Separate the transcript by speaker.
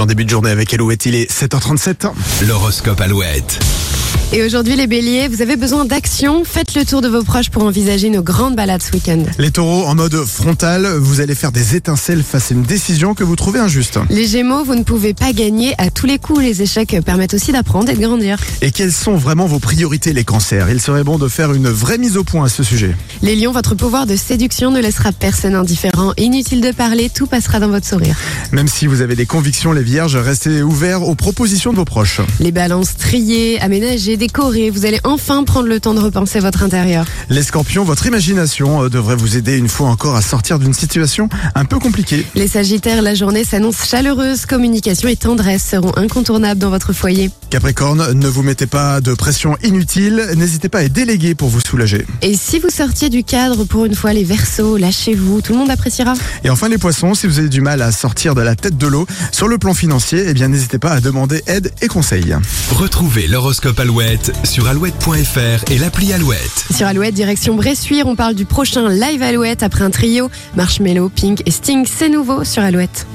Speaker 1: en début de journée avec Elouette, il est 7h37.
Speaker 2: L'horoscope Alouette.
Speaker 3: Et aujourd'hui les béliers, vous avez besoin d'action, faites le tour de vos proches pour envisager nos grandes balades ce week-end.
Speaker 1: Les taureaux, en mode frontal, vous allez faire des étincelles face à une décision que vous trouvez injuste.
Speaker 3: Les gémeaux, vous ne pouvez pas gagner à tous les coups, les échecs permettent aussi d'apprendre et de grandir.
Speaker 1: Et quelles sont vraiment vos priorités, les cancers Il serait bon de faire une vraie mise au point à ce sujet.
Speaker 3: Les lions, votre pouvoir de séduction ne laissera personne indifférent, inutile de parler, tout passera dans votre sourire.
Speaker 1: Même si vous avez des convictions, les vierges, restez ouverts aux propositions de vos proches.
Speaker 3: Les balances, trier, aménager, décorer, vous allez enfin prendre le temps de repenser votre intérieur.
Speaker 1: Les scorpions, votre imagination euh, devrait vous aider une fois encore à sortir d'une situation un peu compliquée.
Speaker 3: Les sagittaires, la journée s'annonce chaleureuse, communication et tendresse seront incontournables dans votre foyer.
Speaker 1: Capricorne, ne vous mettez pas de pression inutile, n'hésitez pas à déléguer pour vous soulager.
Speaker 3: Et si vous sortiez du cadre pour une fois les versos, lâchez-vous, tout le monde appréciera.
Speaker 1: Et enfin les poissons, si vous avez du mal à sortir de la tête de l'eau sur le plan financier, eh bien n'hésitez pas à demander aide et conseil.
Speaker 2: Retrouvez l'horoscope Alouette sur alouette.fr et l'appli Alouette.
Speaker 3: Sur Alouette, direction Bressuire, on parle du prochain live Alouette après un trio, Marshmello, Pink et Sting, c'est nouveau sur Alouette.